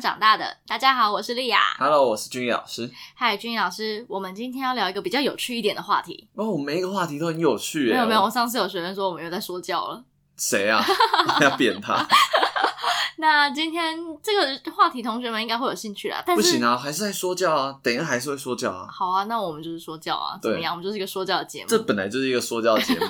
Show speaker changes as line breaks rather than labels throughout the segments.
长大的。大家好，我是莉亚。
Hello，我是君毅老师。
嗨，君毅老师，我们今天要聊一个比较有趣一点的话题。
哦，我们每一个话题都很有趣耶。哦
没有没有，我上次有学生说我们又在说教了。
谁啊？要扁他？
那今天这个话题，同学们应该会有兴趣啦。但
不
是
行啊，还是在说教啊。等一下还是会说教啊。
好啊，那我们就是说教啊，怎
对
么样？我们就是一个说教的节目。
这本来就是一个说 教节目。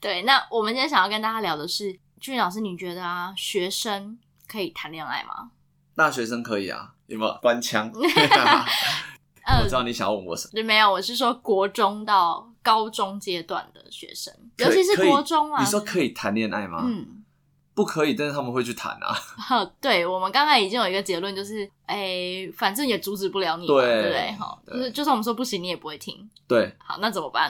对，那我们今天想要跟大家聊的是，俊宇老师，你觉得啊，学生可以谈恋爱吗？
大学生可以啊，有没有官腔？ 我
嗯
知，道你想要问我什么。
对，没有，我是说国中到高中阶段的学生，尤其是
可以
国中啊。
你说可以谈恋爱吗？
嗯，
不可以，但是他们会去谈啊。
好，对我们刚才已经有一个结论，就是诶、反正也阻止不了你嘛，
对
对不对？好，
对
就是就算我们说不行，你也不会听。
对，
好，那怎么办？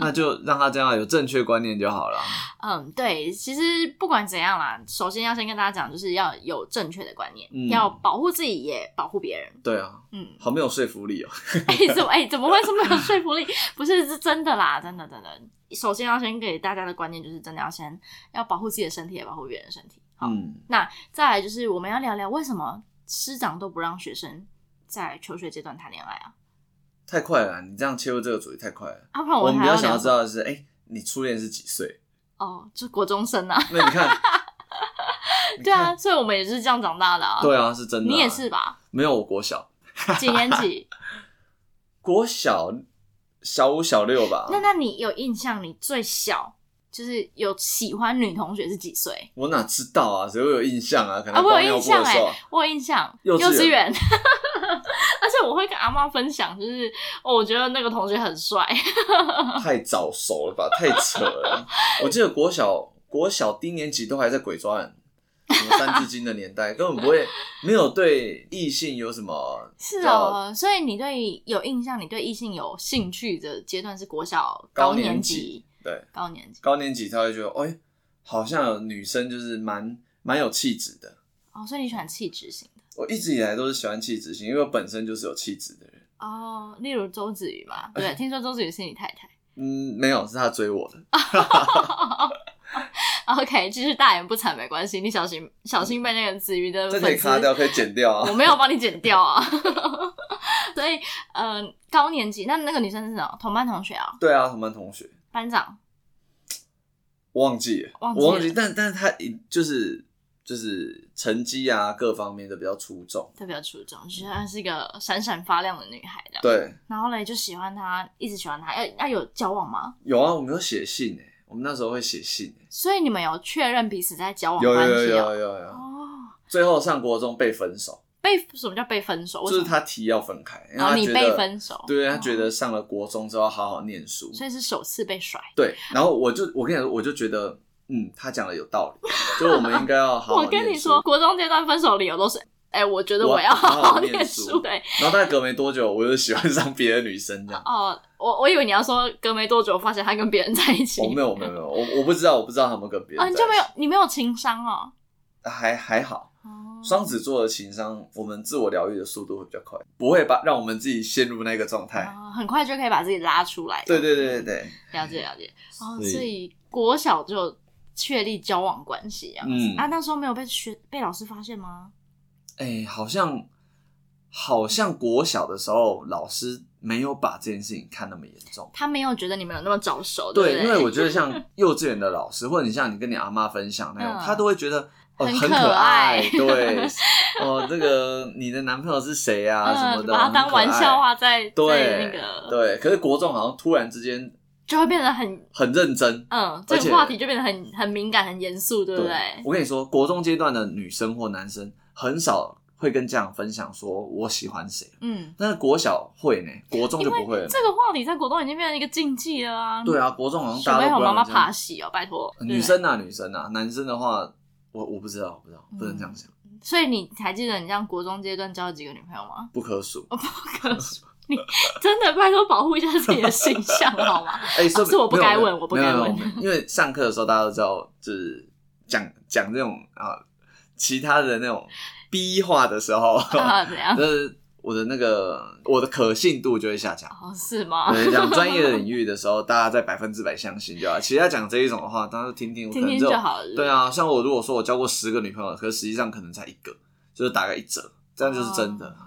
那就让他这样有正确观念就好了。
嗯，对，其实不管怎样啦，首先要先跟大家讲，就是要有正确的观念，
嗯
要保护自己，也保护别人。
对啊，
嗯，
好没有说服力哦。
哎、怎么哎、怎么会这么有说服力？不是是真的啦，真的真的。首先要先给大家的观念就是，真的要先要保护自己的身体，也保护别人的身体。好，
嗯，
那再来就是我们要聊聊为什么师长都不让学生在求学阶段谈恋爱啊？
太快了啊，你这样切入这个主题太快了。
啊，不然
我
们还
们比较
要
想
聊
要
什
知
么
道的是，哎、你初恋是几岁？
哦，就国中生啊，
那你看，你看
对啊，，所以我们也是这样长大的啊。
对啊，是啊真的、
你也是？吧？
没有，我国小，
几年 级？
国小小五、小六吧。
那那你有印象？你最小就是有喜欢女同学是几岁？
我哪知道啊？谁会有印象啊？可
啊，
能
我
包
有
尿
印
布
象
的
哎、
时候，
我有印象，
幼稚园
稚园。 而且我会跟阿妈分享，就是哦，我觉得那个同学很 帅，
太早熟 了吧？太扯了。我记得国小国小低年级都还在鬼抓人。什么三字经的 年代，根本不会没有对异性有什么
是哦。所以你对有印象，你对异性有兴趣的阶段是国小
高
年
年级，对
高年级
高年级才会觉得，哎、好像有女生就是蛮蛮有气质的。
哦，所以你喜欢气质型的
我一直以来都是喜欢气质型，因为我本身就是有气质的人。
哦，例如周子瑜 嘛，对，听说周子瑜是你太 太。
嗯，没有，是他追我的。
OK，继续大言不惭没关系，你小心小心被那个子瑜的
这可以
粉丝
卡掉，可以剪 掉
我
啊。
没有帮你剪掉啊。 所以，嗯、高年级那那个女生是什么？同班同学啊，
对啊，同班同学，
班长。
我忘记了，
忘记了
我忘记，但但是他一就是就是成绩啊各方面都比较出众。
特别出众，觉得她是一个闪闪发亮的女孩这样。
对，
然后嘞，就喜欢她，一直喜欢她。要要有交往吗？
有啊，我们有写信诶、我们那时候会写信、欸，
所以你们有确认彼此在交往
有
关
有
系、哦？
有有有有，
哦，
最后上国中被分手，
被什么叫被分手？
就是
为什么，
他提要分开，因为
然后
他
你
觉
被
得
分手，
对他觉
哦、
得上了国中之后要好好念书，
所以是首次被甩。
对，然后我就我跟你说，我就觉得，嗯，他讲的有道理，就是我们应该要好 好
我跟
念
你
书
说，，国中阶段分手理由都是，哎、我觉得
我
我要
好好
好
念
念
书
书，对，
然后大概隔没多久，我就喜欢上别的女生这样。
哦，我我以为你要说隔没多久发现他跟别人在一起，
我、哦没有，没有，没有，我我不知道，我不知道他们跟别人
啊，
在一
你
起、
就没有，你没有情商哦。
还还好。
哦
双子座的情商，我们自我疗愈的速度会比较快，不会把让我们自己陷入那个状态。
哦很快就可以把自己拉出来。
哎对对对对，对，
了解了解。哦，
所以
所以国小就确立交往关系啊。
嗯
啊，那时候没有被学被老师发现吗？
哎、好像好像国小的时候，老师没有把这件事情看那么严重。
他没有觉得你们有那么早熟，哦对不
对，
对，
因为我觉得像幼稚园的老师，或者你像你跟你阿妈分享那种，
嗯
他都会觉得哦
很
很
可
可
爱
对，哦这个你的男朋友是谁啊什么
嗯，
的，
把它当
很可爱
玩笑，话在在
对
那个，
对。可是国中好像突然之间
就会变得很
很认真，
嗯，这
而且
个话题就变得很很敏感、很严肃，对不对？
我跟你说，国中阶段的女生或男生很少会跟家长分享说我喜欢谁，
嗯，
但是国小会呢，国中就不会了。
这个话题在国中已经变成一个禁忌了啊。
对啊，国中好像
小
大
朋
家
友
都
妈
不让
妈
人家
爬洗哦，拜托。对不对
女，生啊，女生啊，男生的话，我我不知道，我不知道，
嗯
不能这样讲，
所以你还记得你这样国中阶段交了几个女朋友吗？
不可数。
哦你真的拜托保护一下自己的形象好 吗？
哎、说
啊是我不该
没有
问我不该问
没有没有因为上课的时候大家都知道，就是讲讲这种啊，其他的那种逼话的时 候，
啊，怎样？
就是我的那个我的可信度就会下降。
哦，是吗？
对，讲专业的领域的时候，大家在百分之百相信就好。其他讲这一种的话，大家都听听，我可
听
能啊
听
只有
就好了。
对，啊，像我如果说我交过十个女朋友，可是实际上可能才一个，就是打个一折，这样就是真的。
嗯了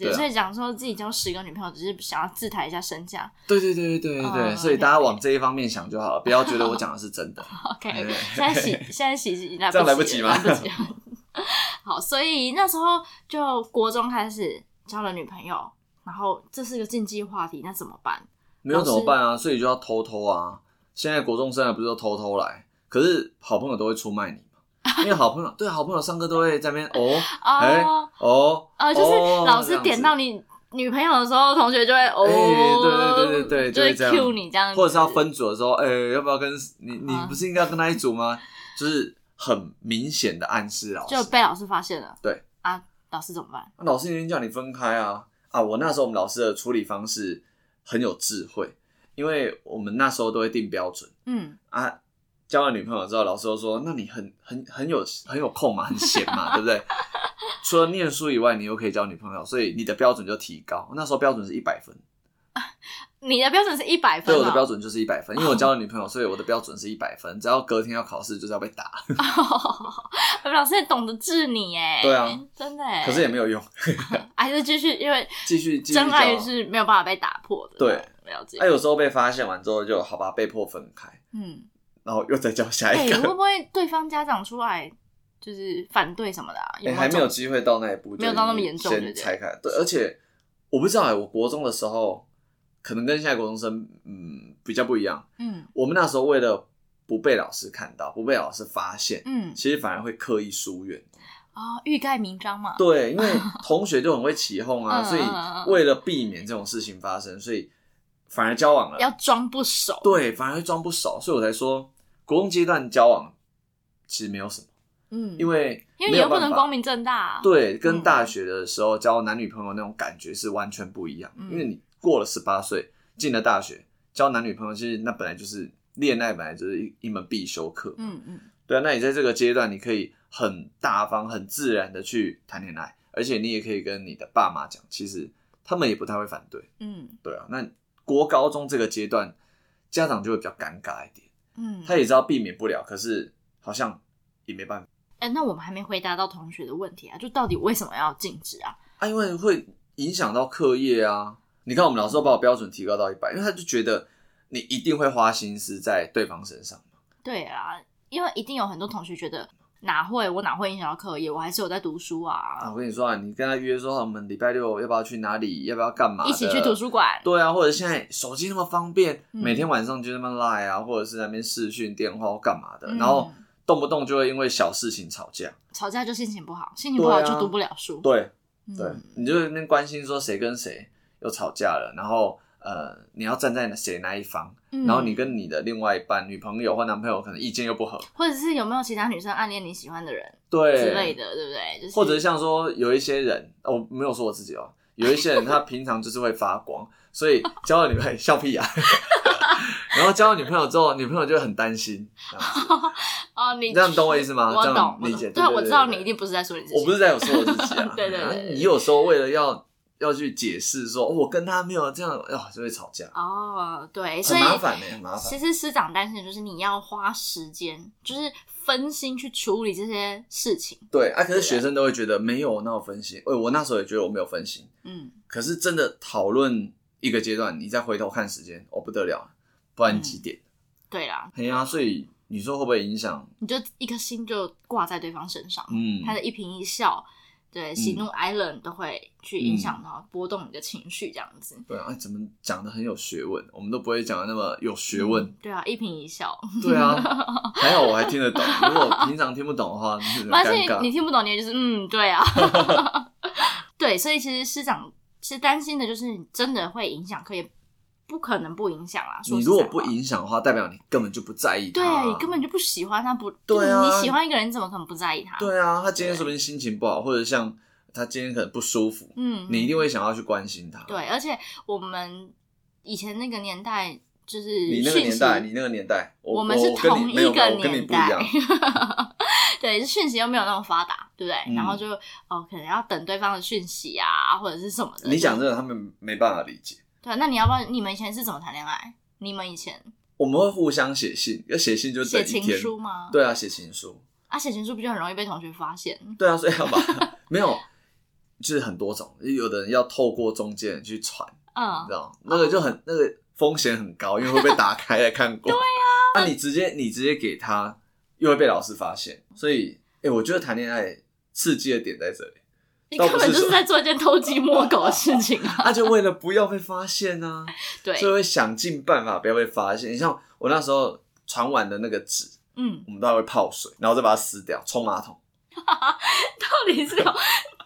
对
解，
啊
所以讲说自己交十个女朋友，只是想要自抬一下身价。
对对对对对对对，
哦
所以大家往这一方面想就好了，不要觉得我讲的 是真的。
OK，
对
现在 洗现在洗已经来不
嗯这
及
样
了，
来不及吗
来不及了 好，所以那时候就国中开始交了女朋友，然后这是个禁忌话题，那怎么办？
没有怎么办啊？所以就要偷偷啊！现在国中生还不是都偷偷来？可是好朋友都会出卖你嘛，因为好朋友对好朋友上课都会在那边哦，哎
哦、
哦
呃，就是老师点到
你，
你女朋友的时候，同学就会哦，
哎对对对对对
就
就会这样
会 cue 你这样子，
或者是要分组的时候，哎、要不要跟你？你
嗯啊
不是应该跟他一组吗？ 就是很明显的暗示老师
就，被老师发现了。
对
啊，老师怎么办？
老师已经叫你分开啊啊！我那时候我们老师的处理方式很有智慧，因为我们那时候都会定标准。
嗯，
啊，交了女朋友之后，老师都说，那你很很很有很有空嘛，很闲 嘛，对不对？除了念书以外，你又可以交女朋友，所以你的标准就提高。那时候标准是一百分，
你的标准是一百分、
对
哦，
我的标准就是一百分，因为我交了女朋友，所以我的标准是一百分。只要隔天要考试，就是要被打。
老师也懂得治你哎，
对啊，
真的哎，
可是也没有用，
还是继续，因为
继续继续
真爱
交。
是没有办法被打破的，
对，
了解，
哎、有时候被发现完之后就好吧，被迫分开，
嗯。
然后又再交下
哎、
一个。
会不会对方家长出来就是反对什么的、啊？
哎、
有
还没有
这种
机会到那一步，
没有到那么严重
就已
对
经
不对
先拆开。对，而且我不知道哎、我国中的时候，可能跟现在国中生嗯比较不一样。
嗯
我们那时候为了不被老师看到，不被老师发现，
嗯
其实反而会刻意疏远。
啊、欲盖弥彰嘛。
对，因为同学就很会起哄啊，
嗯
所
嗯嗯
以为了避免这种事情发生，所以反而交往了。
要装不熟。
对，反而会装不熟，所以我才说国中阶段交往其实没有什么，
嗯，
因为
因为
没
你
有
又不
办
能
法
光明正大、啊。，
对，跟
嗯
大学的时候交男女朋友那种感觉是完全不一样，
嗯
因为你过了十八岁，进了大学，交男女朋友，其实那本来就是恋爱，本来就是一一门必修课。
嗯嗯
对啊，那你在这个阶段，你可以很大方、很自然的去谈恋爱，而且你也可以跟你的爸妈讲，其实他们也不太会反对。
嗯
对啊，那国高中这个阶段，家长就会比较尴尬一点，
嗯。
他也知道避免不了，可是好像也没办法。
哎、那我们还没回答到同学的问题啊，就到底为什么要禁止啊？
啊，因为会影响到课业啊。你看，我们老师都把我标准提高到一百，因为他就觉得你一定会花心思在对方身上。
对啊，因为一定有很多同学觉得哪会我哪会影响到课业，我还是有在读书
啊，
啊，
我跟你说啊，你跟他约说，啊我们礼拜六要不要去哪里，要不要干嘛的？
一起去图书馆。
啊对啊，或者现在手机那么方便，
嗯
每天晚上就那么赖啊，或者是那边视讯电话或干嘛的，
嗯
然后动不动就会因为小事情吵架。
吵架就心情不好，心情不好
对啊
就读不了书。
对
嗯
对，你就在那边关心说谁跟谁又吵架了，然后呃，你要站在谁那一方，
嗯
然后你跟你的另外一半、女朋友或男朋友可能意见又不合，
或者是有没有其他女生暗恋你喜欢的人
对
之类，的，对不对？就是
或者像说有一些人，哦我、没有说我自己哦， 有一些人他平常就是会发光，所以交了女朋友笑屁啊， 然后交了女朋友之后，女朋友就会很 担心，这样子
哦，你
你这样懂我意思吗？
我
这
懂
样，
我
理
懂
解，对
对啊，
对
我知
对
道
对
你一定不是在说你自己，
我不是在有说我自己啊，
对对对对
你有时候为了要要去解释说，哦我跟他没有这样，哦，就会吵架，
哦，对，所
很
以
麻烦欸呢、很麻烦
其。实师长担心的就是你要花时间，就是分心去处理这些事情。
对啊，可是学生都会觉得没有，那我分心。哎、我那时候也觉得我没有分心，
嗯，
可是真的讨论一个阶段，你再回头看时间，哦不得了，不然
嗯
几点？
对啦，
哎呀、所以你说会不会影响？
你就一颗心就挂在对方身上，
嗯，
他的一颦一笑。对，喜怒哀乐都会去
嗯
影响到、波动你的情绪，这样子。
对啊，哎怎么讲的很有学问？我们都不会讲的那么有学问。
对啊，一颦一笑。
对啊，还好我还听得懂。如果平常听不懂的话，就是 很
发
尴
现你
尬。
听不懂，你也就是嗯，对 啊， 对，所以其实师长是担心的，就是你真的会影响课业，不可能不影响啦。说
你
实
如果
在
不
话，
影响的话，代表你根本就不在意他、
对，你根本就不喜欢他，不，
对啊
就是你喜欢一个人，你怎么可能不在意他？，
对啊。他今天说不定心情不好，或者像他今天可能不舒服，
嗯，
你一定会想要去关心他。，
对，而且我们以前那个年代就是
你那个
讯
年
息
代，你那个年代，我
我们是
我跟
同
你
一
没有没有
个
我跟你
年
不一样
代。， 对，讯息又没有那么发达，对不对？
嗯
然后就哦，可能要等对方的讯息啊，或者是什么的。
你讲真的，他们没办法理解。
对，啊那你要不要？你们以前是怎么谈恋爱？你们以前
我们会互相写信，要写信就等
写
一
情
天。
书吗？，
对啊，写情书。
啊，写情书不就很容易被同学发现？
对啊，所以要把 没有，就是很多种，有的人要透过中间人去传，你
嗯
知，道吗？那个就很那个风险很高，因为会被打开来看 过。对啊，那、你直接你直接给他，又会被老师发现，所以，哎、我觉得谈恋爱刺激的点在这里，
你根
倒不
本
是
就是
说
在做一件偷鸡摸狗的事情啊！
他、就为了不要被发现啊，
对，
所以会想尽办法不要被发现。你像我那时候传完的那个纸，
嗯，
我们都还会泡水，然后再把它撕掉，冲马桶。
到底是有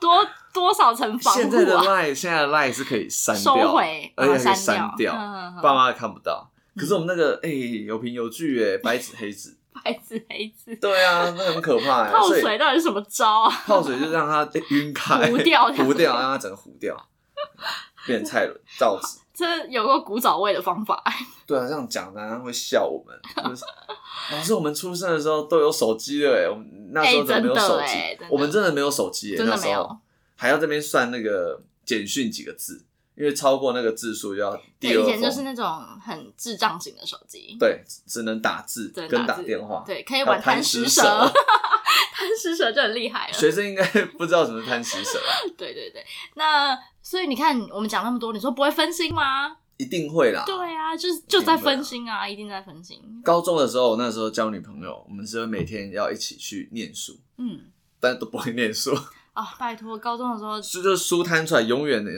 多多少层防
现在
护
的
啊？
赖，现在的赖是可以删
收
掉，
回，
而且可
然
以
后删
删
掉，
掉，
嗯嗯
爸
嗯
妈看不到。可是我们那个哎、有凭有据哎，白纸 黑字。
白纸黑字。
对啊，那很可怕哎。
泡
所以
水到底是什么招啊？
泡水就让它哎晕开，
糊掉
糊掉，让它整个糊掉，变成蔡伦造纸。
这有个古早味的方法，
对啊，这样讲大家会笑我 们。就是老师，我们出生的时候都有手机了哎，我们那时候
哎
怎么没有手
真的
机
哎真的？
我们真的没有手机哎，
真的
那时
没有
候还要这边算那个简讯几个字，因为超过那个字数就要第
对，
二
以前就是
封。
那种很智障型的手机，
对，只只能打字
只能
跟
打
打
字
电话。
对，可以玩
还有
贪食
蛇
蛇， 贪食蛇就很厉害了。
学生应该不知道什么是贪食蛇 啊，
对对对，那所以你看，我们讲那么多，你说不会分心吗？
一定会啦。
对啊，就是就在分心啊，一定在分心。
高中的时候，那时候交女朋友，我们是每天要一起去念书，
嗯，
但都不会念书，
啊、拜托，高中的时候，
就就书摊出来，永远的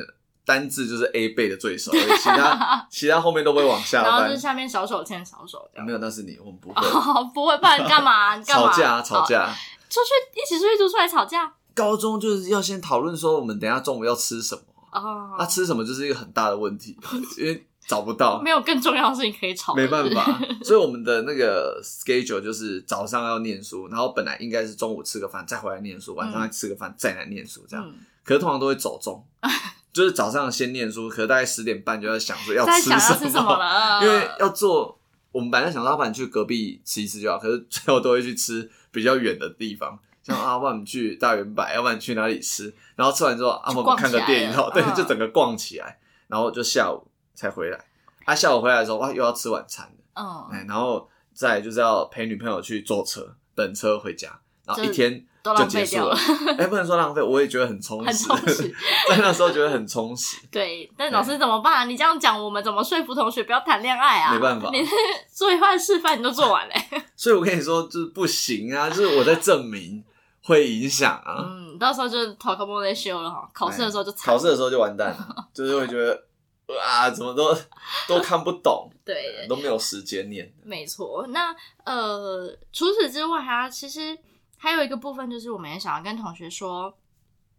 单字就是 A 背 的最熟，其他其他后面都不会往下
然后就
翻哎
是。下面小手牵小手这样。
没有，那是你，我们不会。
哦，不会，不然干 嘛？你干
吵
嘛？
架啊，吵
哦，
架。
出去一起出去读书来吵架。
高中就是要先讨论说，我们等一下中午要吃什么。
哦，
啊，吃什么就是一个很大的 问题，因为找不到
没，有更重要的事情可以吵，
没办 法。所以我们的那个 schedule 就是早上要念书，然后本来应该是中午吃个饭再回来念书，晚上再吃个饭再来念书这样。
嗯，
可是通常都会走 中，就是早上先念书，可是大概十点半就在想说要
在
吃
想要吃
什
什么
么，
了？
因为要做。我们本来想说，要不然去隔壁吃一吃就好，可是最后都会去吃比较远的地方，像啊，要不然我们去大圆柏，要不然去哪里吃，然后吃完之后，啊，
就
我们
逛
看个
起来
电影，
了
然后对，
嗯
就整个逛起来，然后就下午才回来。啊，下午回来的时候，哇，又要吃晚餐了，
嗯，
哎，然后再来就是要陪女朋友去坐车，等车回家，然后一
就是
天
都
就
浪
结
费
束
掉了，
哎、不能说浪费，我也觉得很充
很
实，
充实
在那时候觉得很 充实。
对， 但老师怎么办？啊你这样讲，我们怎么说服同学不要谈恋爱啊？
没办法
你做一半示范你都做完嘞、
所以我跟你说，就是不行啊，就是我在证明会影响啊。哎
嗯，到时候就是考科目在修了哈， 考试的时候就惨。
考试的时候就完 蛋了，就是会觉得啊，怎么都都看不懂，
对，
都没有时间念。
没错。那呃，除此之外啊，其实还有一个部分就是，我们也想要跟同学说，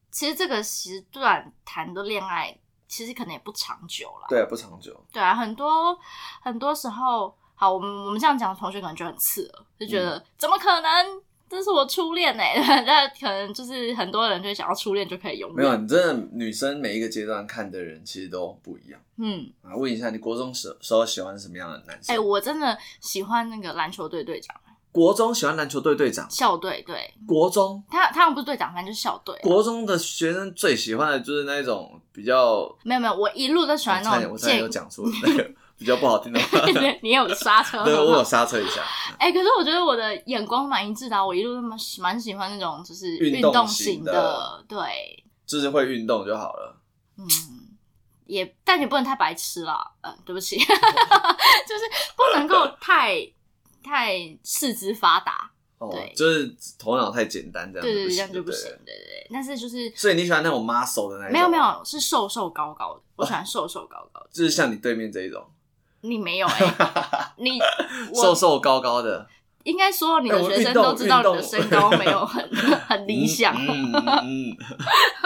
其实这个时段谈的恋爱，其实可能也不长久啦。
对啊，不长久。
对啊，很多很多时候，好，我们我们这样讲，同学可能就很刺耳，就觉
嗯
得、怎么可能？这是我初恋哎、 那可能就是很多人就会想要初恋就可以永远。
没有，，啊你真的女生每一个阶段看的人其实都不一样
嗯，
啊。问一下，你国中时时候喜欢什么样的男
哎、
生？
我真的喜欢那个篮球队队长，
国中喜欢篮球队队长，
校队对，
国中
他他们不是队长，反正就是校队。
国中的学生最喜欢的就是那一种比较
没有没有，我一路都喜欢
我差
那
点
种
我差点
建
又。讲出了那个比较不好听的 话。 对，
你也有刹车，
我有刹车一下。
哎、可是我觉得我的眼光蛮一致的啊、我一路那么喜蛮喜欢那种就是
运
运
动
动
型
型
的
的，对，
就是会运动就好了。
嗯，也但也不能太白痴啦，嗯、对不起， 就是不能够太太四肢发达，
哦
对
就是头脑太简单这样，
对对对，这
行
样就不
对啊
行，对对对。但是就是
所以你喜欢那种 muscle 的那一种？
没有没，有，是瘦瘦高高的，我喜欢瘦瘦高高的。
就是像你对面这一种，
你没 有哎、你
瘦
我
瘦高高的，
应该说你的
哎我
学生
运动
都知道
运动
你的身高没有 很很理想，
嗯嗯嗯，嗯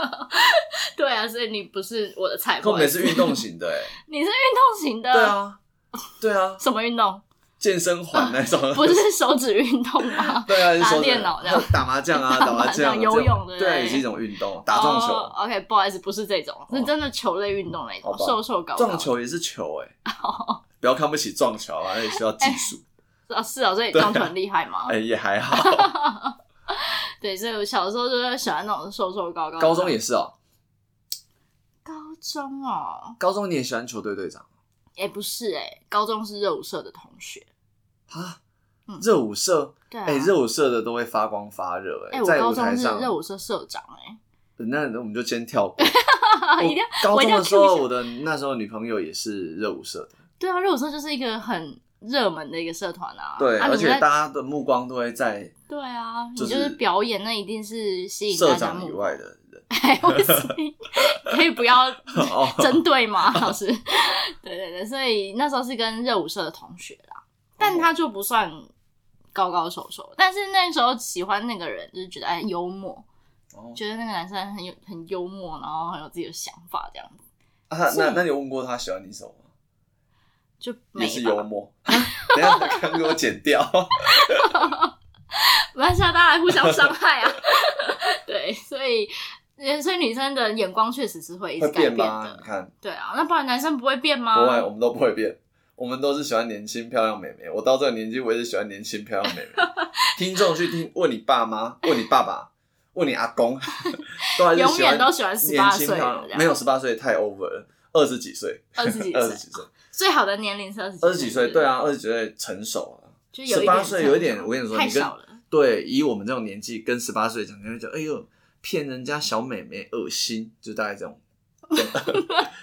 对啊，所以你不是我的菜。
可
不
我
好
们
意思
是运，动型的，哎，
你是运动型的，
对，啊，对啊，
什么运动？
健身环那种，
不是手指运动吗？
对啊，就是
打
手
电脑这样，
打麻将啊，打麻
打
将啊，
麻将游泳
这
对
种
不对
对，也是一种运动，打撞
哦
球，哦
OK，不好意思，不是这种，是真的球类运动那种
好，吧
瘦瘦高高。
撞球也是球， 哎，不要看不起撞球啊，那也需要技术，
啊，是啊，所以
对啊
撞球很厉害嘛。
哎，也还 好，
对，所以我小时候就是喜欢那种瘦瘦高高的。
高中也是哦，
高中哦，
高中你也喜欢球队队长。
哎，不是哎，高中是热舞社的同学。
啊
嗯，
热舞社，
对啊，
哎、热舞社的都会发光发热、
哎，
哎，
我
在
高
舞
中
台
是
上，
热舞社社长哎，
那我们就先跳过。 哦
一定要
我高
我一定
中
要
的时候，
Q 一下
我的那时候女朋友也是热舞社的，
对啊，热舞社就是一个很热门的一个社团啊。
对，
啊、
而
你
且
在
大家的目光都会在
对啊，
就
你就是是表演，那一定是吸引大
社
家
长
目
以
光
外。的人。
哎，不行， 可以不要
哦，
针对吗， 老师？对对对，所以那时候是跟热舞社的同学啦，但他就不算高高瘦瘦，但是那时候喜欢那个人，就是觉得哎幽默，
哦
觉得那个男生很有很幽默，然后很有自己的想法，这样子
啊那那你有问过他喜欢你什么吗？
就没
也是
吧
幽默。 等一下他刚给我剪掉。
不要吓大家互相伤害 啊！ 对，所以呃所以女生的眼光确实是会 一直
会
改
变
变
吗？你
的。
看，
对啊，那不然男生不会变吗？
不会，我们都不会变，我们都是喜欢年轻漂亮美眉。我到这个年纪，我也是喜欢年轻漂亮美眉。听众去听，问你爸妈，问你爸爸，问你阿公，都还是
永
喜欢
远都喜欢18
年轻
岁的
漂
这
亮。
样
没有十八岁太 over 了，二十几岁，
二十几
二十
岁，
几岁，
最好的年龄是二十
二十几岁，对
啊，
啊，二十几岁成熟啊。
就有一
十
点
八岁有一点，
成
我跟你说，
太
你跟
少了。
对以我们这种年纪跟十八岁讲，就会觉得哎呦骗人家小美眉恶心，就大概 这种，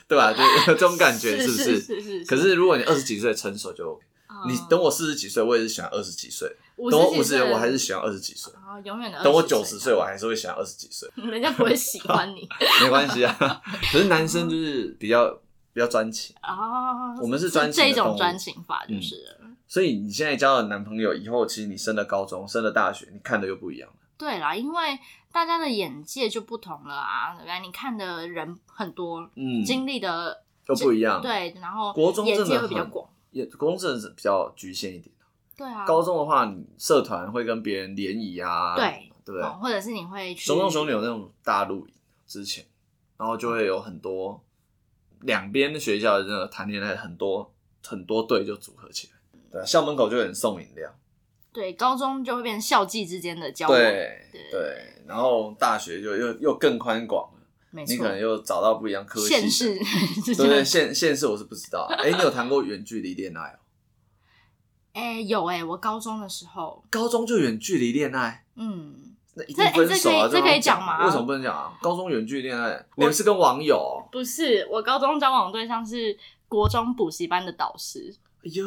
对 吧？就这种感觉
是
是不
是是是
可是如果你二十几岁成熟就，你等我四十几岁，我也是喜欢二十几岁；
我
等我哦五十，我还是喜欢二十几岁；
啊，永远的。
等我九十岁，我还是会喜欢二十几 岁。
人家不会喜欢 你
没关系啊，可是男 生就是比较比较专情，
啊。
我们是专情的
这
动
种
物嗯
专情法，就是了
所以你现在交了男朋友以后，其实你升了高中、升了大学，你看的又不一样了。
对啦，因为大家的眼界就不同了啊，对不对？你看的人很多，
嗯，
经历的
又不一样。，
对，然后
国中真
眼
的
界会比较
很
广，
也国中真的是比较局限一点。
对啊，
高中的话，你社团会跟别人联谊啊，
对
对不对
哦，或者是你会去
熊中熊有那种大陆营之前，然后就会有很多两边的学校的那个谈恋爱，很多很多队就组合起
嗯
来，对啊，校门口就有人送饮料，
对高中就会变成校际之间的交往，
对
对
对，然后大学就又又更宽广了，
没
你
错
可，能又找到不一样科系
现世
的。
是
对对，现现世我是不知道。哎、你有谈过远距离恋爱哦？
哎，有哎，我高中的时候，
高中就远距离恋爱，
嗯，
那一
这
定
哎
分手啊！
这可以这可以
不能
讲吗
为什么不能讲啊？高中远距离恋爱，你们是跟网友哦、
不是，我高中交往对象是国中补习班的导师，
哎 呦，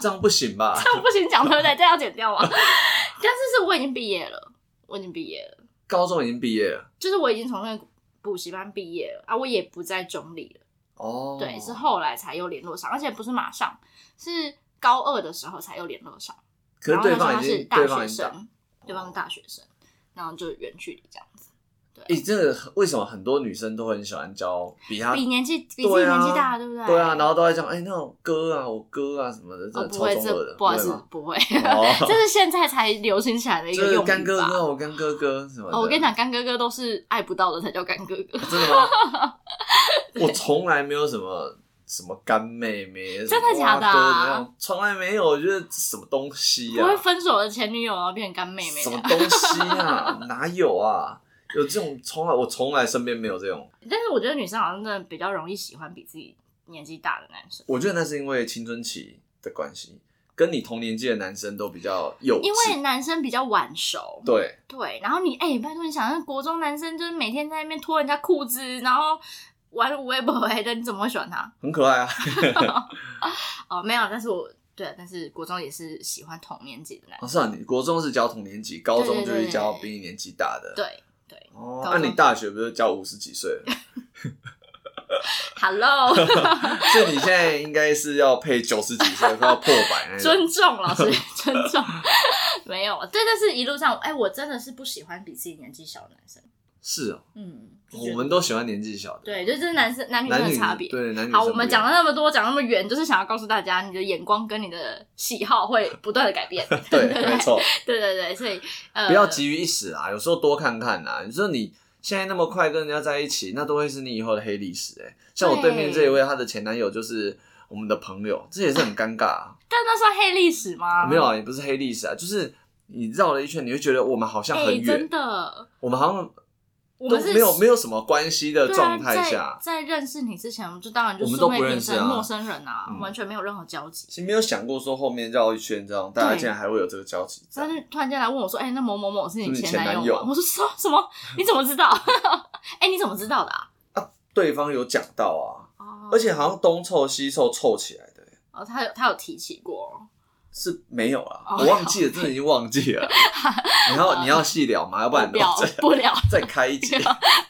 这样不行吧？
不行
啊
讲对不对？这要剪掉吗？啊 但是是我已经毕业了，我已经毕业了。
高中已经毕业了
就是我已经从那个补习班毕业了啊，我也不在中立了，
哦。
对，是后来才又联络上，而且不是马上，是高二的时候才又联络上。
可是对
然后
方
那
已
时候他是
经，
大
对
学
方已经打。
生，对方是大学生，然后就远距离这样子，
哎、这个为什么很多女生都很喜欢教比她
比年纪比自己
对啊
年纪大，对不对？
对啊，然后都在讲哎、那种歌啊，我歌啊什么的，真
哦
的
不
超
会，
中二的，
这不好意
会
思
吗，
不会，
哦
哎这是现在才流行起来的一
就
个
是
用语
干哥
吧
哥，我干哥哥什么的。
哦，我跟你，讲，干哥哥都是爱不到的才叫干哥哥，
真的吗？ 我从来没有什么什么干妹妹，什么
真的假的啊
哇哥那种从来没有。我觉得什么东西
不
啊，
会分手的前女友然后变成干妹妹
什
的
么东西啊？哪有啊？有这种从来我从来身边没有这种，
但是我觉得女生好像真的比较容易喜欢比自己年纪大的男生，
我觉得那是因为青春期的关系，跟你同年纪的男生都比较幼稚，
因为男生比较晚熟。
对
对，然后你哎、拜托你想，那国中男生就是每天在那边脱人家裤子，然后玩无微不为的，你怎么会喜欢他？
很可爱啊。
哦，没有，但是我对，啊但是国中也是喜欢同年纪的男
哦，
生。
是啊，你国中是教同年级，高中
对
就
对
是
对
教比你年纪大的。
对
哦，
高
那、
中
你大学不是教五十几岁了？
，Hello，
所以你现在应该是要配九十几岁，快要破百那种。
尊重老师， 尊重。 没有，对，但是一路上，哎、我真的是不喜欢比自己年纪小的男生。
是哦，
嗯，就觉得
我们都喜欢年纪小的，
对，就是男生男女生的
男女
差别。
对男女
好，
生
我们
不一样
讲了那么多，讲那么远，就是想要告诉大家，你的眼光跟你的喜好会不断的改变。
对，
对
没错，
对对对，所以呃，
不要急于一时啊，有时候多看看啊。你说你现在那么快跟人家在一起，那都会是你以后的黑历史哎、像我对面这一位，她的前男友就是我们的朋友，这也是很尴尬、啊。
但那算黑历史吗？
没有，啊，也不是黑历史啊，就是你绕了一圈，你会觉得我们好像
哎、
很远，
真的，
我们好像
我
都
们是
没有没有什么关系的
对啊
状态下，
在在认识你之前，我们就当然就
我们
素
都
昧
不
平
认识
生，
啊
陌生人啊，
嗯
完全没有任何交集。
其实没有想过说后面绕一圈这样，大家
对
竟然还会有这个交集在
但。是突然间来问我说：“哎、那某某某是你
是你前
男
男
友
友
吗？”我说：“什么什么？你怎么知道？ 哎、你怎么知道的啊
对方有讲到啊，？”
哦
而且好像东凑西凑凑起来的、欸
哦，他有他有提起过，
是没有啊，
哦
我忘记了，真的已经忘 记了。你要你要细聊嘛，要不然
不聊
再
不聊
再开一集。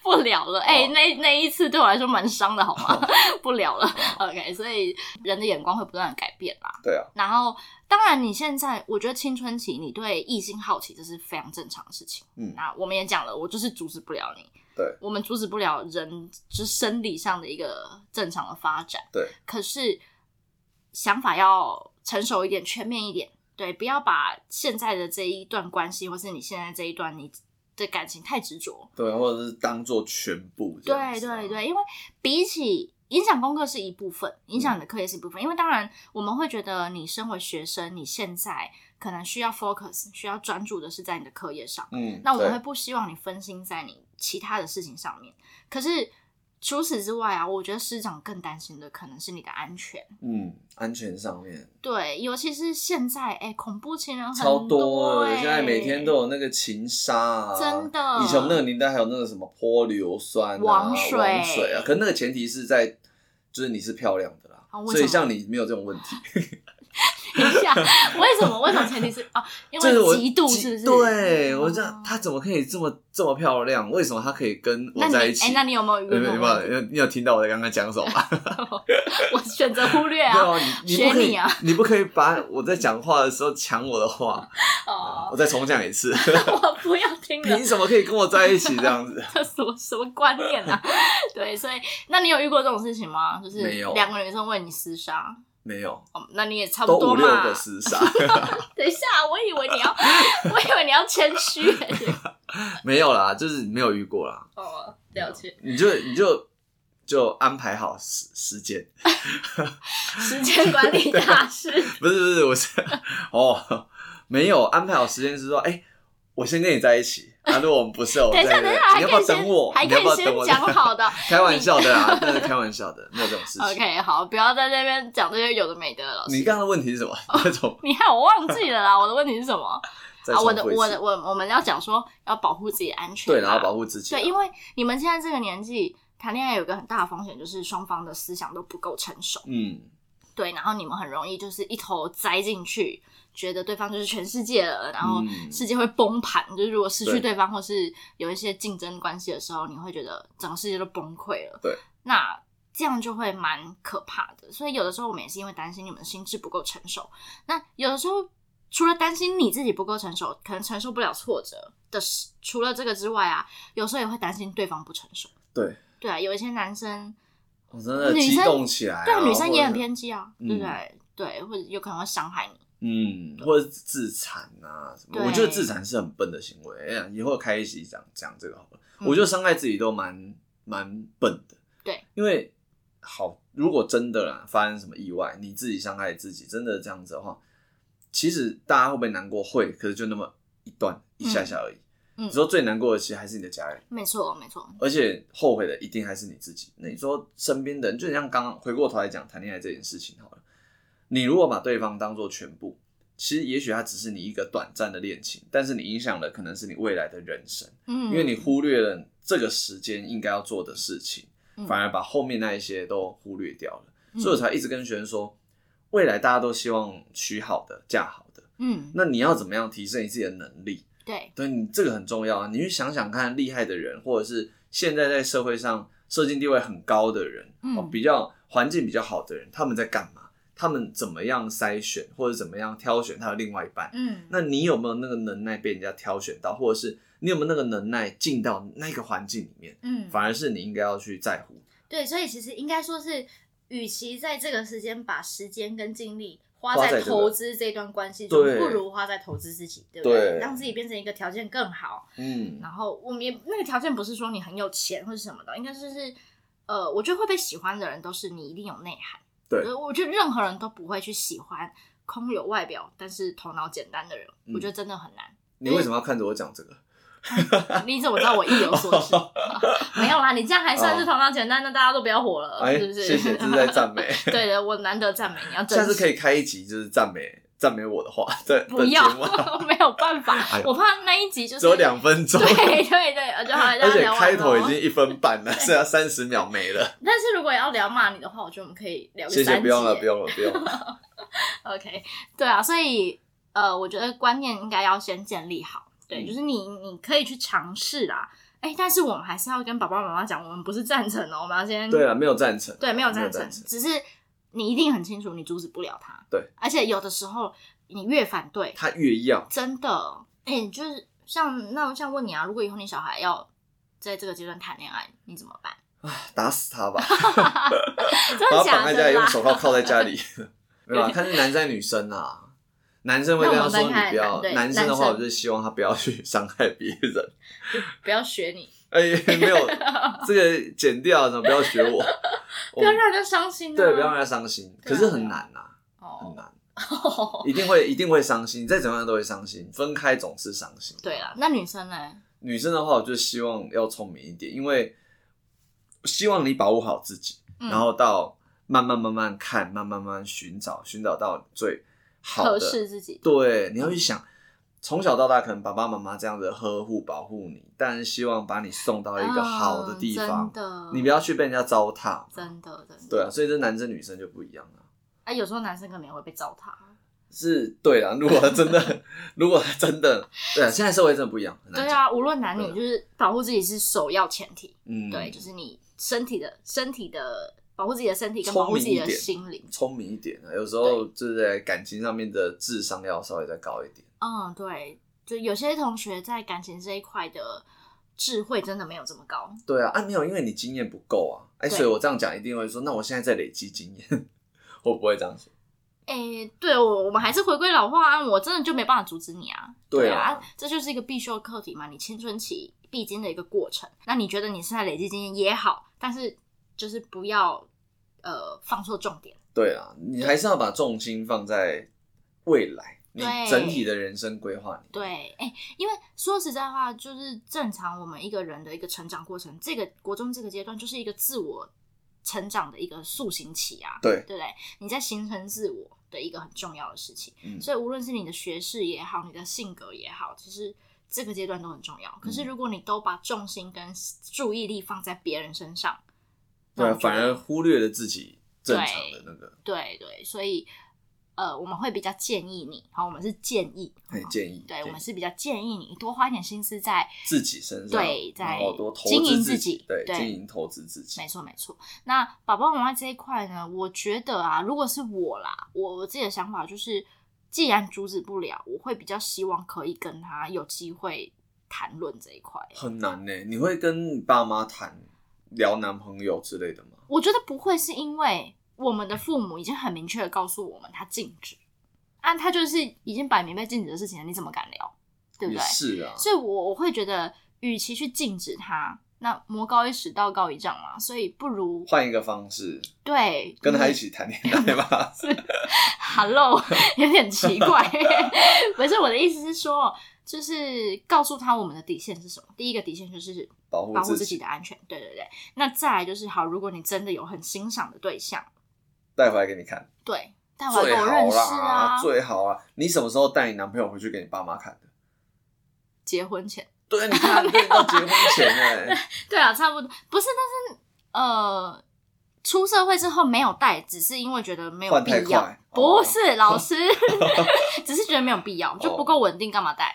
不聊了。哎、
哦
那那一次对我来说蛮伤的，好 吗？不聊了。OK，所以人的眼光会不断的改变啦。
对啊，
然后，当然，你现在我觉得青春期你对异性好奇这是非常正常的事情。
嗯
那我们也讲了，我就是阻止不了你。
对，
我们阻止不了人就是生理上的一个正常的发展。
对，
可是想法要成熟一点，全面一点。对，不要把现在的这一段关系，或是你现在这一段你的感情太执着。
对，啊或者是当做全部这样
对
子啊。
对对，因为比起影响功课是一部分，影响你
嗯
的课业是一部分。因为当然我们会觉得你身为学生，你现在可能需要 focus，需要专注的是在你的课业上。
嗯，
那我们会
对
不希望你分心在你其他的事情上面。可是除此之外啊，我觉得师长更担心的可能是你的安全。
嗯安全上面
对，尤其是现在，哎、恐怖情人很
超
多、
多
哎
的，现在每天都有那个情杀啊，
真的
以前我们那个年代还有那个什么泼硫酸、啊、
王
王
水
水啊，可那个前提是在就是你是漂亮的啦，
啊为什么
所以像你没有这种问题，
等一下，为什么？为什么前提是 啊？因为
就是我
嫉妒是不是？
对，我这
哦
她怎么可以这么这么漂亮？为什么她可以跟
那
我
你
在一
哎、
起？
那你有没有遇
有
过
没有有
问题？
没有你有你有听到我在刚刚讲什么吗？
我选择忽略啊。
对啊，你你不
学
可
你
以
啊
你不可以把我在讲话的时候抢我的话，
哦，
我再重讲一次，
我不要听了
凭，什么可以跟我在一起这样子？
这什么什么观念啊？ 对，所以那你有遇过这种事情吗？就是
没有
两个女生为你厮杀，
没有，
哦，那你也差
都
不多
五六
嘛
个。厮杀。
等一下，我以为你要，我以为你要谦 虚、
没有啦，就是没有遇过啦。
哦，了解，
你就你就就安排好时时间，
时间管理大 师。
不是不是，我是哦，没有安排好时间是说，哎、我先跟你在一起。啊，如果我们不是，我
等一
再
下，等一下，
你
还
要不
可
要
以先
等我？
还
你
可
要不
以
要等
先
我？
讲好的。 哦
开玩笑的啦，那是开玩笑的，没有这种事情。
OK，好，不要在那边讲这些有的没的了，老师。
你刚刚的问题是什么？
哦
那种
你看我忘记了啦，我的问题是什么？
再
啊，
重
我的
复一
我
次
的我我们要讲说要保护自己的安全嘛，
对，然后保护自己啊。
对，因为你们现在这个年纪谈恋爱有一个很大的风险，就是双方的思想都不够成熟，
嗯，
对，然后你们很容易就是一头栽进去，觉得对方就是全世界了，然后
嗯
世界会崩盘，就是如果失去
对
对方或是有一些竞争关系的时候，你会觉得整个世界都崩溃了，
对，
那。这样就会蛮可怕的，所以有的时候我们也是因为担心你们的心智不够成熟，那有的时候除了担心你自己不够成熟，可能承受不了挫折的事，除了这个之外啊，有时候也会担心对方不成熟。
对
对啊，有一些男生，
我真的
女
激
生
动起来、啊。
对啊，女生也很
偏。
偏激啊，
嗯
对不对？对，或者有可能会伤害你。
嗯，或者是自残啊什么
对。
我觉得自残是很笨的行为。哎呀，以后开一集讲讲这个好了。
嗯
我觉得伤害自己都蛮蛮笨的。
对，
因为好，如果真的啦发生什么意外，你自己伤害自己，真的这样子的话，其实大家会不会难过？会，可是就那么一段一下下而已。
嗯
你说最难过的其实还是你的家人，
没错，没错，
而且后悔的一定还是你自己。那你说身边的人，就像刚刚回过头来讲谈恋爱这件事情好了，你如果把对方当做全部，其实也许他只是你一个短暂的恋情，但是你影响的可能是你未来的人生，
嗯，
因为你忽略了这个时间应该要做的事情
嗯，
反而把后面那一些都忽略掉了。
嗯
所以我才一直跟学生说，未来大家都希望娶好的、嫁好的，
嗯，
那你要怎么样提升你自己的能力？
对，
对你这个很重要啊！你去想想看，厉害的人，或者是现在在社会上社经地位很高的人，
嗯
哦，比较环境比较好的人，他们在干嘛？他们怎么样筛选，或者怎么样挑选他的另外一半？
嗯，
那你有没有那个能耐被人家挑选到，或者是你有没有那个能耐进到那个环境里面？
嗯，
反而是你应该要去在乎。
对，所以其实应该说是，与其在这个时间把时间跟精力花
花在
在
这个
投资这段关系中，
对
不如花在投资自己，对不对？
对
让自己变成一个条件更好，
嗯，
然后我们也那个条件不是说你很有钱或是什么的，应该就是呃，我觉得会被喜欢的人都是你一定有内涵。
对
呃我觉得任何人都不会去喜欢空有外表但是头脑简单的人，
嗯
我觉得真的很难。哦
你为什么要看着我讲这个？
你怎么知 道我意有所 指？没有啦，你这样还算是头脑简单，那大家都不要火了，
哦哎，
是不是？
谢谢，这是在 赞美。
对的，我难得赞美你，要珍
下次
惜。
可以开一集，就是赞美赞美我的话，在
不
的节
要
目啊，
没有办法
哎，呦
我怕那一集就是
只有两分 钟，
对对对，而且好像
而且
聊完
开头已
了哦
经一分半了， 剩下三十秒没了。
但是如果要聊骂你的话，我觉得我们可以聊个
谢
三集
谢，
耶。
不用了，不用了，不用 了。
OK，对啊，所以呃，我觉得观念应该要先建立好。对，
嗯
就是你你可以去尝试啦。哎、但是我们还是要跟爸爸妈妈讲，我们不是赞成哦，我们要先
对了，啊没有赞成。
对没有赞
没有
成
赞，成
只是你一定很清楚，你阻止不了他。
对，
而且有的时候你越反对，
他越要，
真的，哎、你就是像那我想问你啊，如果以后你小孩要在这个阶段谈恋爱，你怎么 办？
打死他 吧，
真的
把他
假
绑在家
的
里，
啦
用？手铐铐在 家里。没有啊，看是男生还是女生啊。男生会
那
跟
我
他
们
说：“
分开
你不要。”
对
男生的
男
话，
生
我就是希望他不要去伤害别人。
不要学你，
哎，没 有这个剪掉，啊然后不要学我。
不要让人家伤心、啊。
对，不要让他伤心。
对啊
可是很难呐，很
哦。
难， 一定会一定会伤心，再怎么样都会伤心。分开总是伤心。
对啦，那女生呢？
女生的话，我就希望要聪明一点，因为希望你把握好自己，
嗯
然后到慢慢慢慢看，慢慢慢慢寻找，寻找到最好
合
的。
适自己。
对，你要去想，从小到大可能爸爸妈妈这样的呵护保护你，但是希望把你送到一个好的地方
嗯，真的，
你不要去被人家糟蹋。
真的真的。
对啊，所以这男生女生就不一样了。
啊，有时候男生可能也会被糟蹋。啊
是对啦，如果真的， 如果真的，对啊，现在社会真的不一样，很难
对
讲，
啊，无论男女，
对
就是保护自己是首要前提。
嗯，
对，就是你身体的身体的保护自己的身体，跟
聪
保护自己
明一
的
点
心灵。
聪明一点
嗯
啊，有时候就是在感情上面的智商要稍微再高一点。
嗯，对，就有些同学在感情这一块的智慧真的没有这么高。
对啊，啊没有，因为你经验不够啊，哎、
对
所以我这样讲一定会说，那我现在在累积 经验，我不会这样子。
诶、对哦我我们还是回归老话啊，我真的就没办法阻止你啊。
对啊
啊，这就是一个必修课题嘛，你青春期必经的一个过程。那你觉得你现在累积经验也好，但是就是不要呃放错重点。
对啊，你还是要把重心放在未来，你
对
整体的人生规划里面。
对，诶、因为说实在话，就是正常我们一个人的一个成长过程，这个国中这个阶段就是一个自我成长的一个塑形期啊，
对
对不对？你在形成自我的一个很重要的事情。
嗯
所以无论是你的学识也好，你的性格也好，其实这个阶段都很重要。
嗯
可是如果你都把重心跟注意力放在别人身上，
对
那我觉
啊，
得
反而忽略了自己正常的那个
对对，所以呃，我们会比较建议你，好，我们是建议，
哎建议，
对
建议
我们是比较建议你多花一点心思在
自己身上，
对在
然后多投资
经营
自
自己
对，
对
经营投资自己
没，错，没错。那爸爸妈妈这一块呢，我觉得啊，如果是我啦，我我自己的想法就是，既然阻止不了，我会比较希望可以跟他有机会谈论这一块。
很难呢、你会跟你爸妈谈聊男朋友之类的吗？
我觉得不会是因为我们的父母已经很明确的告诉我们他禁止，啊，他就是已经摆明被禁止的事情了，你怎么敢聊？对不
也
对？
是啊，
所以我我会觉得，与其去禁止他，那魔高一尺，道高一丈嘛，所以不如
换一个方式，
对
跟他
你
一起谈恋爱吧。
嗯 Hello，有 点奇怪。 不是我的意思是说，就是告诉他我们的底线是什么。第一个底线就是
保护
保护
自
自
己
己的安全，对对对。那再来就是，好，如果你真的有很欣赏的对象，
带回来给你看，
对，但我
最
跟我
好
认识
啦，
啊，
最好啊！你什么时候带你男朋友回去给你爸妈看的？
结婚前，
对，啊你 看，对，到结婚前哎、
对啊，差不多，不是，但是呃。出社会之后没有带，只是因为觉得没有
换
必
太
要
快。哦
不是、老 师，只是觉得没有必要，就不够稳定，干嘛带？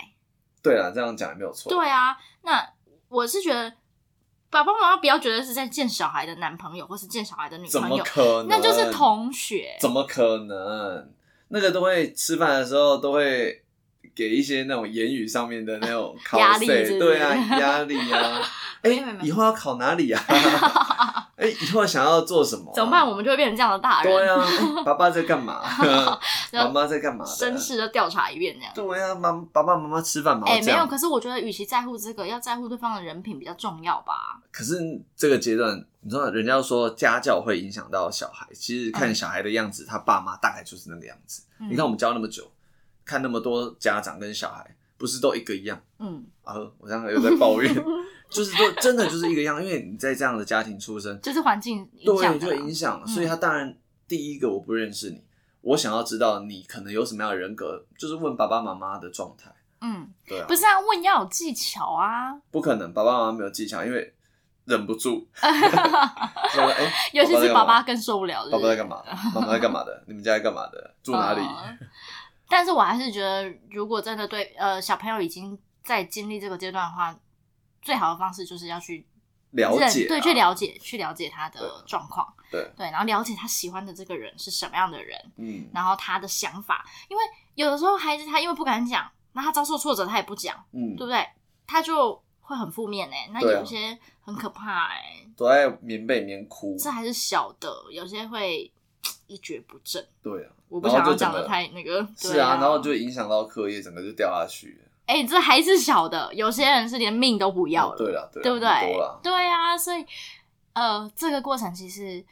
对啦，这样讲也没有错。
对啊，那我是觉得爸爸妈妈不要觉得是在见小孩的男朋友或是见小孩的女
怎
朋
么
友，
可能？
那就是同学。
怎么可能？那个都会吃饭的时候都会给一些那种言语上面的那种
压力
cosplay
是不是
对啊，压力 啊。哎、
没有没有
以后要考哪 里啊？哎、以后想要做什么、啊
怎么办？我们就会变成这样的大人，
对啊， 哎爸爸在干嘛？
然
妈
后
妈啊在干嘛？
绅。士的调查一遍这样。
对啊，妈爸爸妈妈吃饭嘛，
哎、
哦这
没有，
样。
可是我觉得，与其在乎这个，要在乎对方的人品比较重要吧。
可是这个阶段，你知道，人家说家教会影响到小孩，其实看小孩的样子，他爸妈大概就是那个样子。
嗯
你看我们教那么久，看那么多家长跟小孩，不是都一个一样
嗯，
啊？我刚才又在抱 怨，就是都真的就是一个样，因为你在这样的家庭出生，
就是环境影响
对，
的
就
啦，
影响了。
嗯
所以他当然第一个我不认识你，我想要知道你可能有什么样的人格，就是问爸爸妈妈的状态。
嗯，
对啊
不，是啊，问要有技巧啊，
不可能，爸爸妈妈没有技巧，因为忍 不住。我说哎，
尤其是
在干
爸
嘛
爸更受不了，是不
爸
是
爸在干嘛？妈妈在干嘛的？你们家在干嘛的？住哪里？
嗯但是我还是觉得，如果真的对呃小朋友已经在经历这个阶段的话，最好的方式就是要去
了
认
解啊
对，去了解，去了解他的状况，
对
对，然后了解他喜欢的这个人是什么样的人，
嗯，
然后他的想法，因为有的时候孩子他因为不敢讲，那他遭受挫折他也不讲，
嗯
对，不对？他就会很负面哎、那
对啊
有些很可怕哎、
躲在棉被里面哭。
这还是小的，有些会一蹶不振。
对啊，
我不
然后
想要
就整
讲的
个
太那个，
是
对
啊，然后就影响到课业，整个就掉下去了。
哎、这还是小的，有些人是连命都不要
哦
了，
对了，对
对
啦
不
很多啦
对？对啊，所以呃，这个过程其实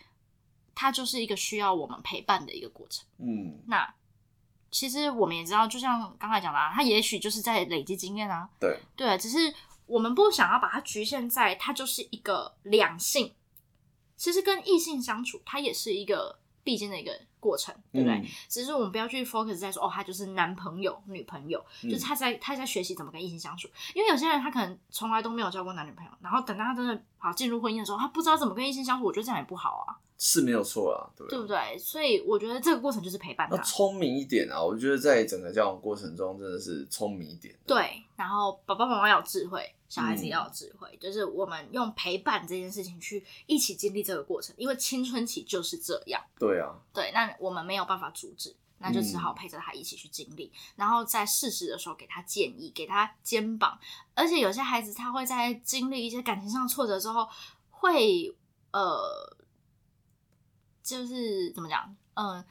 它就是一个需要我们陪伴的一个过程。
嗯，
那其实我们也知道，就像刚才讲的、啊，他也许就是在累积经验啊，
对，
对，只是我们不想要把它局限在它就是一个两性，其实跟异性相处，它也是一个必经的一个过程，对不对？
嗯
只是我们不要去 focus 在说哦，他就是男朋友、女朋友，
嗯
就是他在他在学习怎么跟异性相处。因为有些人他可能从来都没有交过男女朋友，然后等到他真的好进入婚姻的时候，他不知道怎么跟异性相处，我觉得这样也不好啊，
是没有错啊，对不哦
对不对？所以我觉得这个过程就是陪伴
要
他，
聪明一点啊！我觉得在整个交往过程中，真的是聪明一点。
对。然后爸爸妈妈要有智慧，小孩子
嗯
也要有智慧，就是我们用陪伴这件事情去一起经历这个过程，因为青春期就是这样。
对啊，
对，那我们没有办法阻止，那就只好陪着他一起去经历，然后在适时的时候给他建议，给他肩膀。而且有些孩子他会在经历一些感情上挫折之后，会呃，就是怎么讲，嗯、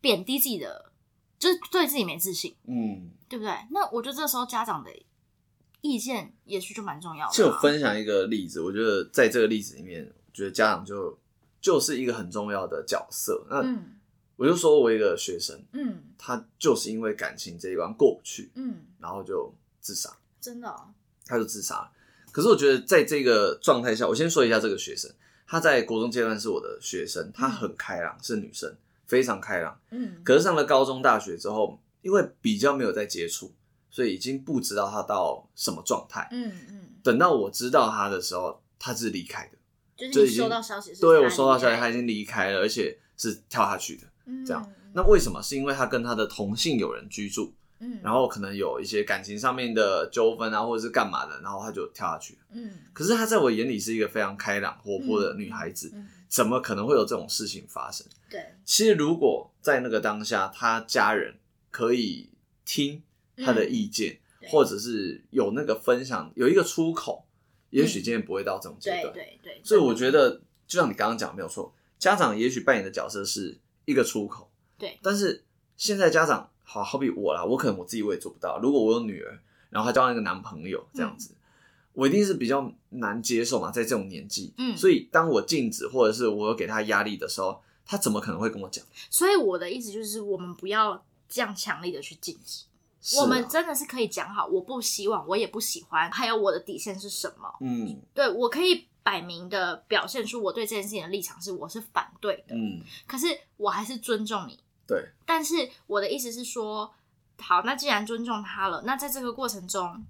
贬低自己的，就是对自己没自信，
嗯，
对不对？那我觉得这时候家长的意见也许就蛮重要的、啊。
就有分享一个例子，我觉得在这个例子里面，我觉得家长就就是一个很重要的角色。那
嗯
我就说我一个学生，
嗯
他就是因为感情这一关过不去，
嗯，
然后就自杀，
真的哦、
他就自杀了。可是我觉得在这个状态下，我先说一下这个学生，他在国中阶段是我的学生，他很开朗，是女生，非常开朗。
嗯，
可是上了高中、大学之后，因为比较没有在接触，所以已经不知道他到什么状态。
嗯嗯，
等到我知道他的时候，他是离开的。
就是
就
你
已经
收到消息是
对
他
我收到消
离
息，他
开
已经离开了，而且是跳下去的。这样
嗯，
那为什么？是因为他跟他的同性友人居住，
嗯，
然后可能有一些感情上面的纠纷啊，或者是干嘛的，然后他就跳下去了。
嗯
可是她在我眼里是一个非常开朗活泼的女孩子，
嗯，
怎么可能会有这种事情发生？
对，
其实如果在那个当下，她家人可以听她的意见，
嗯对
或者是有那个分享，有一个出口，也许今天不会到这种
嗯
阶
对
段。
对对，
所以我觉得，就像你刚刚讲没有错，家长也许扮演的角色是一个出口，
对
但是现在家长，好好比我啦，我可能我自己我也做不到。如果我有女儿，然后她交了一个男朋友这
嗯
样子，我一定是比较难接受嘛，在这种年纪，
嗯
所以当我禁止或者是我有给她压力的时候，她怎么可能会跟我讲？
所以我的意思就是，我们不要这样强力的去禁止，
是啊
我们真的是可以讲好，我不希望，我也不喜欢，还有我的底线是什么？
嗯
对我可以摆明的表现出我对这件事情的立场是我是反对的，
嗯，
可是我还是尊重你。
对，
但是我的意思是说，好，那既然尊重他了，那在这个过程中，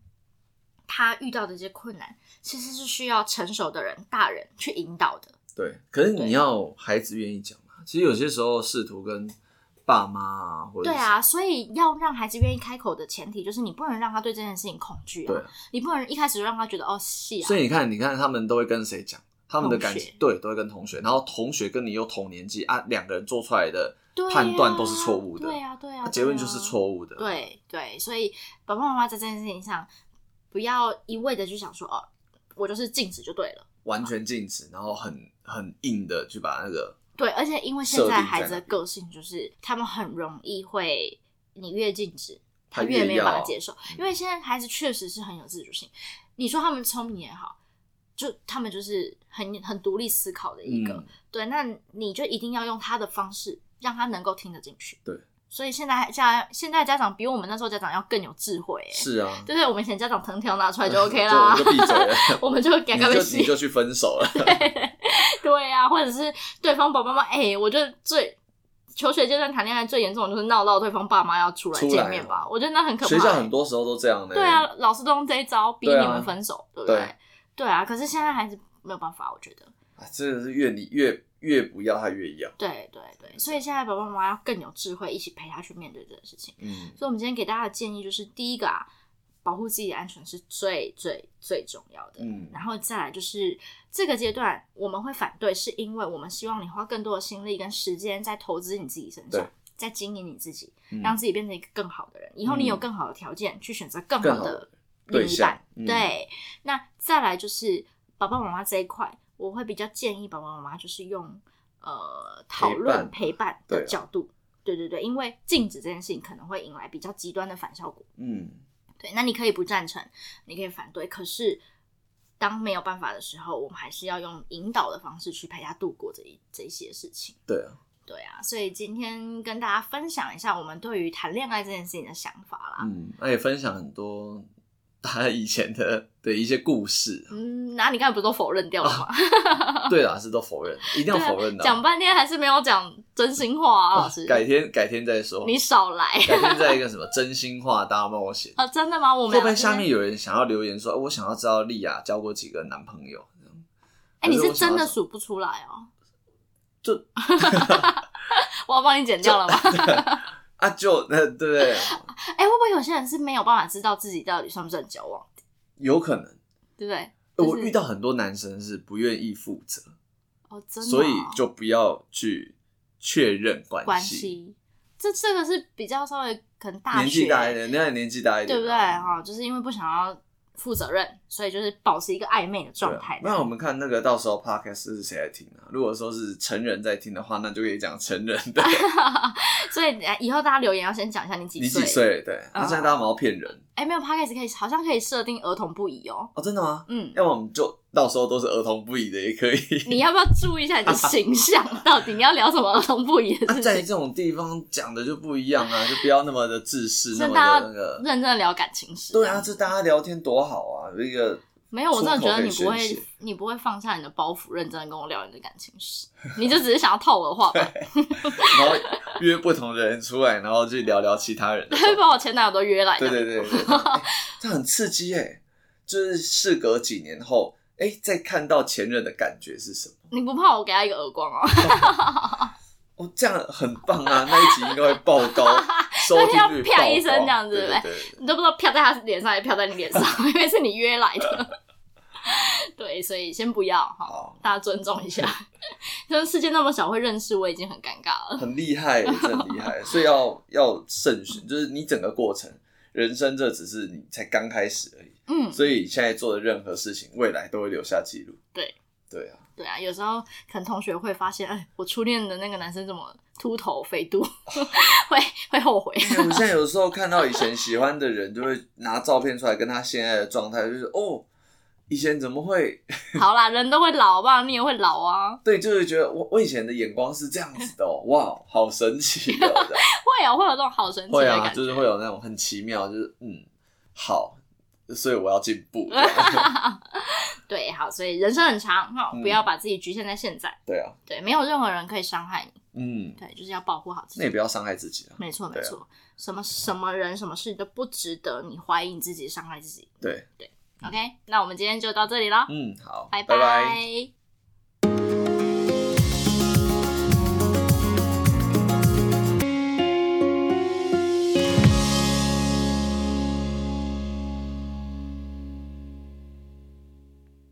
他遇到的这些困难，其实是需要成熟的人、大人去引导的。
对。可是
对
你要孩子愿意讲嘛？其实有些时候试图跟爸妈啊，或者
对
是
啊，所以要让孩子愿意开口的前提，就是你不能让他对这件事情恐惧
对
啊，你不能一开始就让他觉得哦，是啊，
所以你看，你看他们都会跟谁讲？他们的感
同
情
学
对都会跟同学，然后同学跟你又同年纪啊，两个人做出来的
对啊
判断都是错误的，
对啊，对啊，
结论就是
误。
错误的。
对啊对，所以爸爸妈妈在这件事情上，不要一味的去想说哦，我就是禁止就对了。
完全禁止，然后很很硬的去把那个
对，而且因为现
设
在
定
孩
在
子的
哪里
个性就是，他们很容易会，你越禁止，他
他越
没有办法
要嗯
接受。因为现在孩子确实是很有自主性，你说他们聪明也好，就他们就是很很独立思考的一个。
嗯
对，那你就一定要用他的方式，让他能够听得进去。
对
所以现在还家现在家长比我们那时候家长要更有智慧、欸，
是啊，
就是我们以前家长藤条拿出来就 OK 啦，
哎就我们就闭嘴 了
啊 我们就会改
你
改微
就
信
你，就去分手了，
对啊，或者是对方爸爸妈妈，哎、我觉得最求学阶段谈恋爱最严重的就是闹到对方爸妈要出来
出来
见面吧，我觉得那很可怕、
学校很多时候都这样的、
对啊，，老师都用这一招逼你
对啊
们分手，对不对？
对
对啊，可是现在还是没有办法，我觉得，
啊真的是越你越越不要他越要，
对对对，所以现在爸爸妈妈要更有智慧，一起陪他去面对这件事情。
嗯，
所以，我们今天给大家的建议就是，第一个啊，保护自己的安全是最最最重要的。
嗯
然后再来就是这个阶段我们会反对，是因为我们希望你花更多的心力跟时间在投资你自己身上
对，
在经营你自己，
嗯
让自己变成一个更好的人。以后你有
嗯
更好的条件去选择更
更
好
好
的
对
另一
象
半。
嗯
对，那再来就是爸爸妈妈这一块，我会比较建议爸爸妈妈就是用呃讨论
伴
陪伴
对
的
啊
角度。对对对，因为禁止这件事情可能会引来比较极端的反效果。
嗯，
对，那你可以不赞成，你可以反对，可是当没有办法的时候，我们还是要用引导的方式去陪他度过这一这一些事情。
对啊，
对啊，所以今天跟大家分享一下我们对于谈恋爱这件事情的想法啦。
嗯，那也分享很多大家以前的的一些故事，
嗯，那、你刚才不是都否认掉了吗？
对啦，是都否认，一定要否认的啊、哦
讲半天还是没有讲真心话啊，老师。
改天改天再说，
你少来
改天再一个什么真心话大冒险。
啊！真的吗？我们
会
俩
不会
之
下
间
面有人想要留言说，哎我想要知道莉亚交过几个男朋友？
哎、你
还是
是
我想
真的
要
数不出来哦。
就
我要帮你剪掉了吗？
啊，就 那对不对？
哎、会不会有些人是没有办法知道自己到底算不算交往，
有可能，
对不对？就是
我遇到很多男生是不愿意负责，
哦，真的哦、
所以就不要去确认
关
关系。
系，这这个是比较稍微可能大
年
学
纪大一点，那年纪大一点，啊
对不对？哈、就是因为不想要负责任，所以就是保持一个暧昧的
对啊？
状态。
那我们看那个到时候 podcast 是谁在听啊？如果说是成人在听的话，那就可以讲成人的
所以呃以后大家留言要先讲一下你几哦
你几岁？对，那现在大家毛骗人
哎、没有 podcast 可以，好像可以设定儿童不宜哦。
哦，真的吗？
嗯，
要么我们就到时候都是儿童不宜的也可以。
你要不要注意一下你的形象？到底你要聊什么儿童不宜 的
啊，
事
在
情？
这种地方讲的就不一样啊，就不要那么的自私，那
那
么
大家
的那个。
认真的聊感情史。
对啊，这大家聊天多好啊！有一个
没有，我真的觉得你不
出口可以宣
会
泄，
你不会放下你的包袱，认真的跟我聊你的感情史，你就只是想要套我的话 吧？
然后约不同的人出来，然后去聊聊其他人的
会把我前男友都约来
对
的。
对对对，对欸这很刺激哎、就是事隔几年后，哎、再看到前任的感觉是什么？
你不怕我给他一个耳光哦？
哦，这样很棒啊！那一集应该会爆 高，收听率爆
那要啪
高，
一声这样子
对对对，
你都不知道飘在他脸上，还飘在你脸上， 因为是你约来的。 对，所以先不要哈，
好，
大家尊重一下。 就是世界那么小，会认识我已经很尴尬了。
很厉害、欸，真的很厉害。所以要要慎选，就是你整个过程，人生这只是你才刚开始而已。
嗯，
所以现在做的任何事情，未来都会留下记录。
对
对啊，
对啊，有时候可能同学会发现，哎，我初恋的那个男生怎么秃头肥肚， 会会后 悔。
欸我现在有时候看到以前喜欢的人，就会拿照片出来跟他现在的状态，就是哦，以前怎么会？
好啦，人都会老吧，你也会老啊，
对，就是觉得我我以前的眼光是这样子的、哦，哇，好神奇哦！这样
会啊，会有这种好神 奇
会
的
啊，
感觉。
就是会有那种很奇妙，就是嗯，好，所以我要进 步。
对，好，所以人生很长哈，
嗯
不要把自己局限在现在。
对啊，
对，没有任何人可以伤害你。
嗯，
对，就是要保护好自
那也
己。
不要伤害自己啊。
没错，没
对啊
错，什么什么人、什么事都不值得你怀疑你自己、伤害自己。
对，
OK，那我们今天就到这里啦，
嗯嗯，好，
拜
拜拜
拜